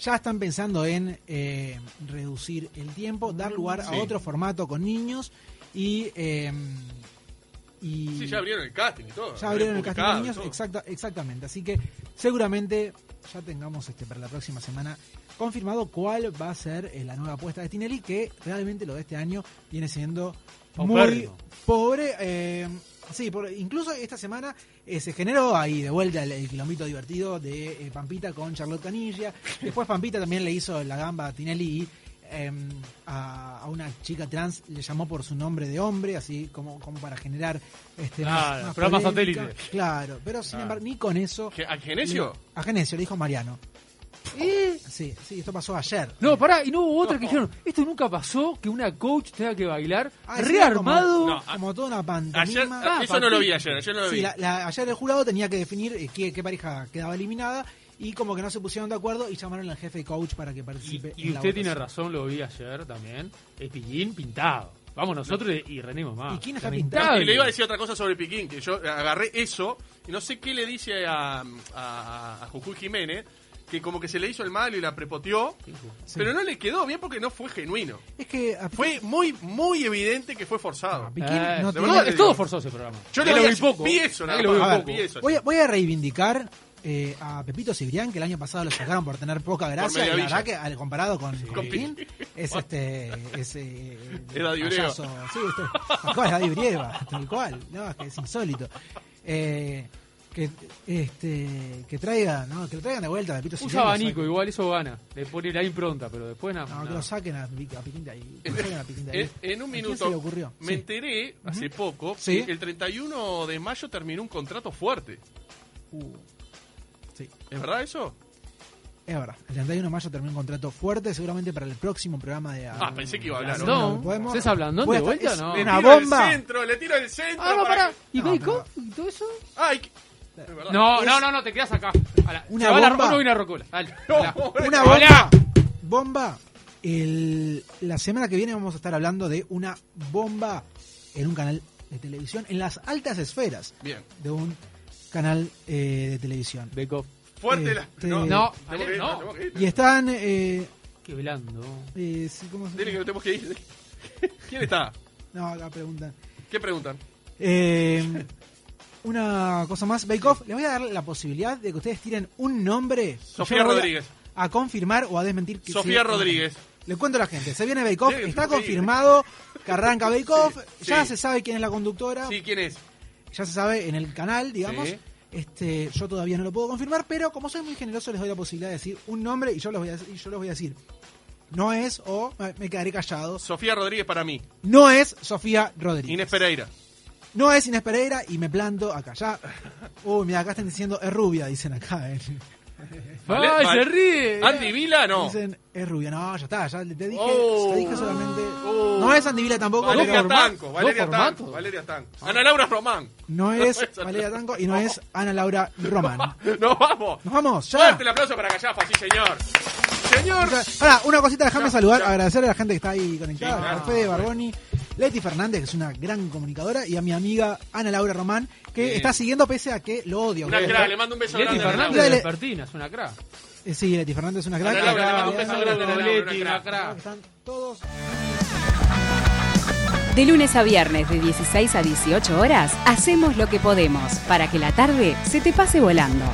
Speaker 4: Ya están pensando en eh, reducir el tiempo, dar lugar
Speaker 2: Mm, Sí.
Speaker 4: a otro formato con niños y... eh, y
Speaker 2: Sí, ya abrieron el casting y todo.
Speaker 4: ya abrieron el casting de
Speaker 2: Publicado y
Speaker 4: niños,
Speaker 2: todo.
Speaker 4: exacta- exactamente. Así que seguramente ya tengamos este para la próxima semana confirmado cuál va a ser eh, la nueva apuesta de Tinelli, que realmente lo de este año viene siendo muy
Speaker 3: Paupérrimo.
Speaker 4: pobre. eh, sí, por- incluso esta semana eh, se generó ahí de vuelta el, el quilombito divertido de eh, Pampita con Charlotte Canilla. Después Pampita también le hizo la gamba a Tinelli y em, a, a una chica trans le llamó por su nombre de hombre, así como, como para generar este
Speaker 3: Claro, programa
Speaker 4: polémica.
Speaker 3: satélite.
Speaker 4: Claro, pero sin
Speaker 3: Ah.
Speaker 4: embargo, ni con eso.
Speaker 2: ¿A Genesio?
Speaker 4: le- A Genesio, le dijo Mariano.
Speaker 3: ¿Eh?
Speaker 4: Sí, sí, esto pasó ayer.
Speaker 3: No, pará, y no hubo otra que dijeron, esto nunca pasó que una coach tenga que bailar
Speaker 4: Ah, sí, era como-
Speaker 3: rearmado. Ah,
Speaker 4: Como, toda una
Speaker 2: Ayer, ah,
Speaker 4: pantomima.
Speaker 2: eso no lo vi ayer, ayer no lo
Speaker 4: Sí,
Speaker 2: vi.
Speaker 4: la- la- ayer el jurado tenía que definir eh, qué, qué pareja quedaba eliminada y como que no se pusieron de acuerdo y llamaron al jefe coach para que participe.
Speaker 3: Y
Speaker 4: en la
Speaker 3: usted tiene
Speaker 4: votación.
Speaker 3: razón, lo vi ayer también. Es pillín pintado. Vamos nosotros y rendimos más.
Speaker 4: ¿Y quién está
Speaker 3: Lamentable.
Speaker 2: Y le iba a decir otra cosa sobre Piquín, que yo agarré eso y no sé qué le dice a, a, a Jujuy Jiménez, que como que se le hizo el malo y la prepoteó, pero no le quedó bien porque no fue genuino.
Speaker 4: Es que a
Speaker 2: Fue muy, muy evidente que fue forzado.
Speaker 4: Piquín
Speaker 3: Eh, de
Speaker 4: no tiene-
Speaker 3: verdad
Speaker 4: es
Speaker 3: es
Speaker 4: todo
Speaker 3: todo forzoso ese programa.
Speaker 2: Yo
Speaker 3: Ya
Speaker 2: le
Speaker 3: lo
Speaker 2: voy
Speaker 3: vi
Speaker 2: a-
Speaker 3: poco.
Speaker 2: vi eso,
Speaker 3: Ya
Speaker 2: nada
Speaker 3: que lo vi
Speaker 2: más.
Speaker 4: A
Speaker 3: poco.
Speaker 4: ver,
Speaker 2: Y eso,
Speaker 4: voy, a, voy a reivindicar eh, a Pepito Cibrián, que el año pasado lo sacaron por tener poca gracia. y
Speaker 2: media
Speaker 4: la
Speaker 2: villa.
Speaker 4: verdad que al comparado con, con
Speaker 2: Con
Speaker 4: Piquín, es este. Es, eh,
Speaker 2: Era de Urieva.
Speaker 4: payaso. Sí, este, no, era de Urieva, tal cual. No, es que es insólito. Eh, que, este, que traigan, ¿no? Que lo traigan de vuelta a Pepito
Speaker 3: Usa
Speaker 4: Cibrián. lo
Speaker 3: abanico, igual eso gana. Le pone la impronta, pero después nada.
Speaker 4: saquen. No, que
Speaker 3: nada.
Speaker 4: lo saquen a, Pic- a Piquín de ahí. que lo saquen a Piquín de ahí.
Speaker 2: En, en un
Speaker 4: ¿A quién se le
Speaker 2: minuto,
Speaker 4: ocurrió?
Speaker 2: me
Speaker 4: Sí.
Speaker 2: enteré hace poco
Speaker 4: Sí.
Speaker 2: que el 31 de mayo terminó un contrato fuerte.
Speaker 4: Uh, sí.
Speaker 2: ¿Es verdad eso?
Speaker 4: Es verdad, el 31 de mayo termina un contrato fuerte, seguramente para el próximo programa de...
Speaker 2: Ah, pensé que iba a hablar.
Speaker 4: No,
Speaker 2: ahora.
Speaker 4: no podemos-
Speaker 3: ¿Ustedes hablan
Speaker 4: Puede
Speaker 3: de
Speaker 4: estar-
Speaker 3: vuelta
Speaker 4: es
Speaker 3: no?
Speaker 2: Le
Speaker 4: Una
Speaker 2: tiro
Speaker 4: bomba.
Speaker 2: el centro, le tiro el centro.
Speaker 3: Ah, no,
Speaker 2: para
Speaker 3: pará. ¿Y
Speaker 4: No,
Speaker 3: Bacon? ¿Y todo eso?
Speaker 2: Ay, que- es verdad.
Speaker 3: No, no, no, no, te quedas acá. A la-
Speaker 4: Una
Speaker 3: se va la
Speaker 4: bomba.
Speaker 3: Rocola y una Rocola. Dale, hola.
Speaker 4: Una
Speaker 3: Hola.
Speaker 4: bomba. Bomba. El- la semana que viene vamos a estar hablando de una bomba en un canal de televisión, en las altas esferas
Speaker 2: Bien.
Speaker 4: de un canal eh, de televisión.
Speaker 3: Bacon.
Speaker 2: Fuerte
Speaker 4: Eh,
Speaker 2: la.
Speaker 4: te-
Speaker 2: No,
Speaker 3: No,
Speaker 2: tenemos
Speaker 3: Ale,
Speaker 2: que ir,
Speaker 3: no.
Speaker 2: tenemos que ir.
Speaker 4: Y están... eh,
Speaker 3: Qué velando.
Speaker 4: eh, sí, ¿cómo se-
Speaker 2: Dile que no tenemos que ir. ¿Quién está?
Speaker 4: No, acá preguntan.
Speaker 2: ¿Qué preguntan?
Speaker 4: Eh, una cosa más, Bake Off, les voy a dar la posibilidad de que ustedes tiren un nombre.
Speaker 2: Sofía
Speaker 4: Yo voy a-
Speaker 2: Rodríguez.
Speaker 4: A confirmar o a desmentir. Que
Speaker 2: Sofía
Speaker 4: sea-
Speaker 2: Rodríguez.
Speaker 4: Le cuento a la gente, se viene Bake Off,
Speaker 2: Sí,
Speaker 4: está
Speaker 2: sí.
Speaker 4: confirmado que arranca Bake Off,
Speaker 2: Sí,
Speaker 4: ya
Speaker 2: sí.
Speaker 4: se sabe quién es la conductora,
Speaker 2: Sí, ¿quién es?
Speaker 4: ya se sabe en el canal, digamos.
Speaker 2: Sí.
Speaker 4: Este, yo todavía no lo puedo confirmar, pero como soy muy generoso les doy la posibilidad de decir un nombre y yo los voy a, y yo los voy a decir. No es o me- me quedaré callado.
Speaker 2: Sofía Rodríguez para mí.
Speaker 4: No es Sofía Rodríguez.
Speaker 2: Inés Pereira.
Speaker 4: No es Inés Pereira y me planto acá. Ya. Uy, mira, acá están diciendo es rubia, dicen acá. eh.
Speaker 2: Vale-
Speaker 3: Ay,
Speaker 2: vale-
Speaker 3: se ríe.
Speaker 2: Andy Vila, no.
Speaker 4: Dicen, es rubia. No, ya está, ya te dije,
Speaker 2: Oh.
Speaker 4: te dije solamente. No es Andy Vila tampoco.
Speaker 2: Valeria
Speaker 4: pero-
Speaker 2: Tanco, Valeria Tanco, Valeria Tanco.
Speaker 3: Ah.
Speaker 2: Ana Laura Román.
Speaker 4: No es Valeria Tanco y no es Ana Laura Román.
Speaker 2: Nos vamos.
Speaker 4: Nos vamos, ya.
Speaker 2: Fuerte el aplauso para Callafa, sí, señor. Señor.
Speaker 4: Ahora, una cosita, déjame saludar, agradecer a la gente que está ahí conectada,
Speaker 2: Sí, claro.
Speaker 4: a Fede Barboni, Leti Fernández, que es una gran comunicadora, y a mi amiga Ana Laura Román, que
Speaker 3: Bien.
Speaker 4: está siguiendo pese a que lo odio.
Speaker 2: Una cra, le mando un beso
Speaker 3: eh, Leti
Speaker 2: grande.
Speaker 3: Fernández de
Speaker 4: Dale.
Speaker 3: Vespertina, es una cra.
Speaker 4: Eh, Sí, Leti Fernández es una gran
Speaker 3: Ana Laura, le mando un beso grande a Ana Laura,
Speaker 4: Leti,
Speaker 3: una cra.
Speaker 12: De lunes a viernes de 16 a 18 horas, hacemos lo que podemos para que la tarde se te pase volando.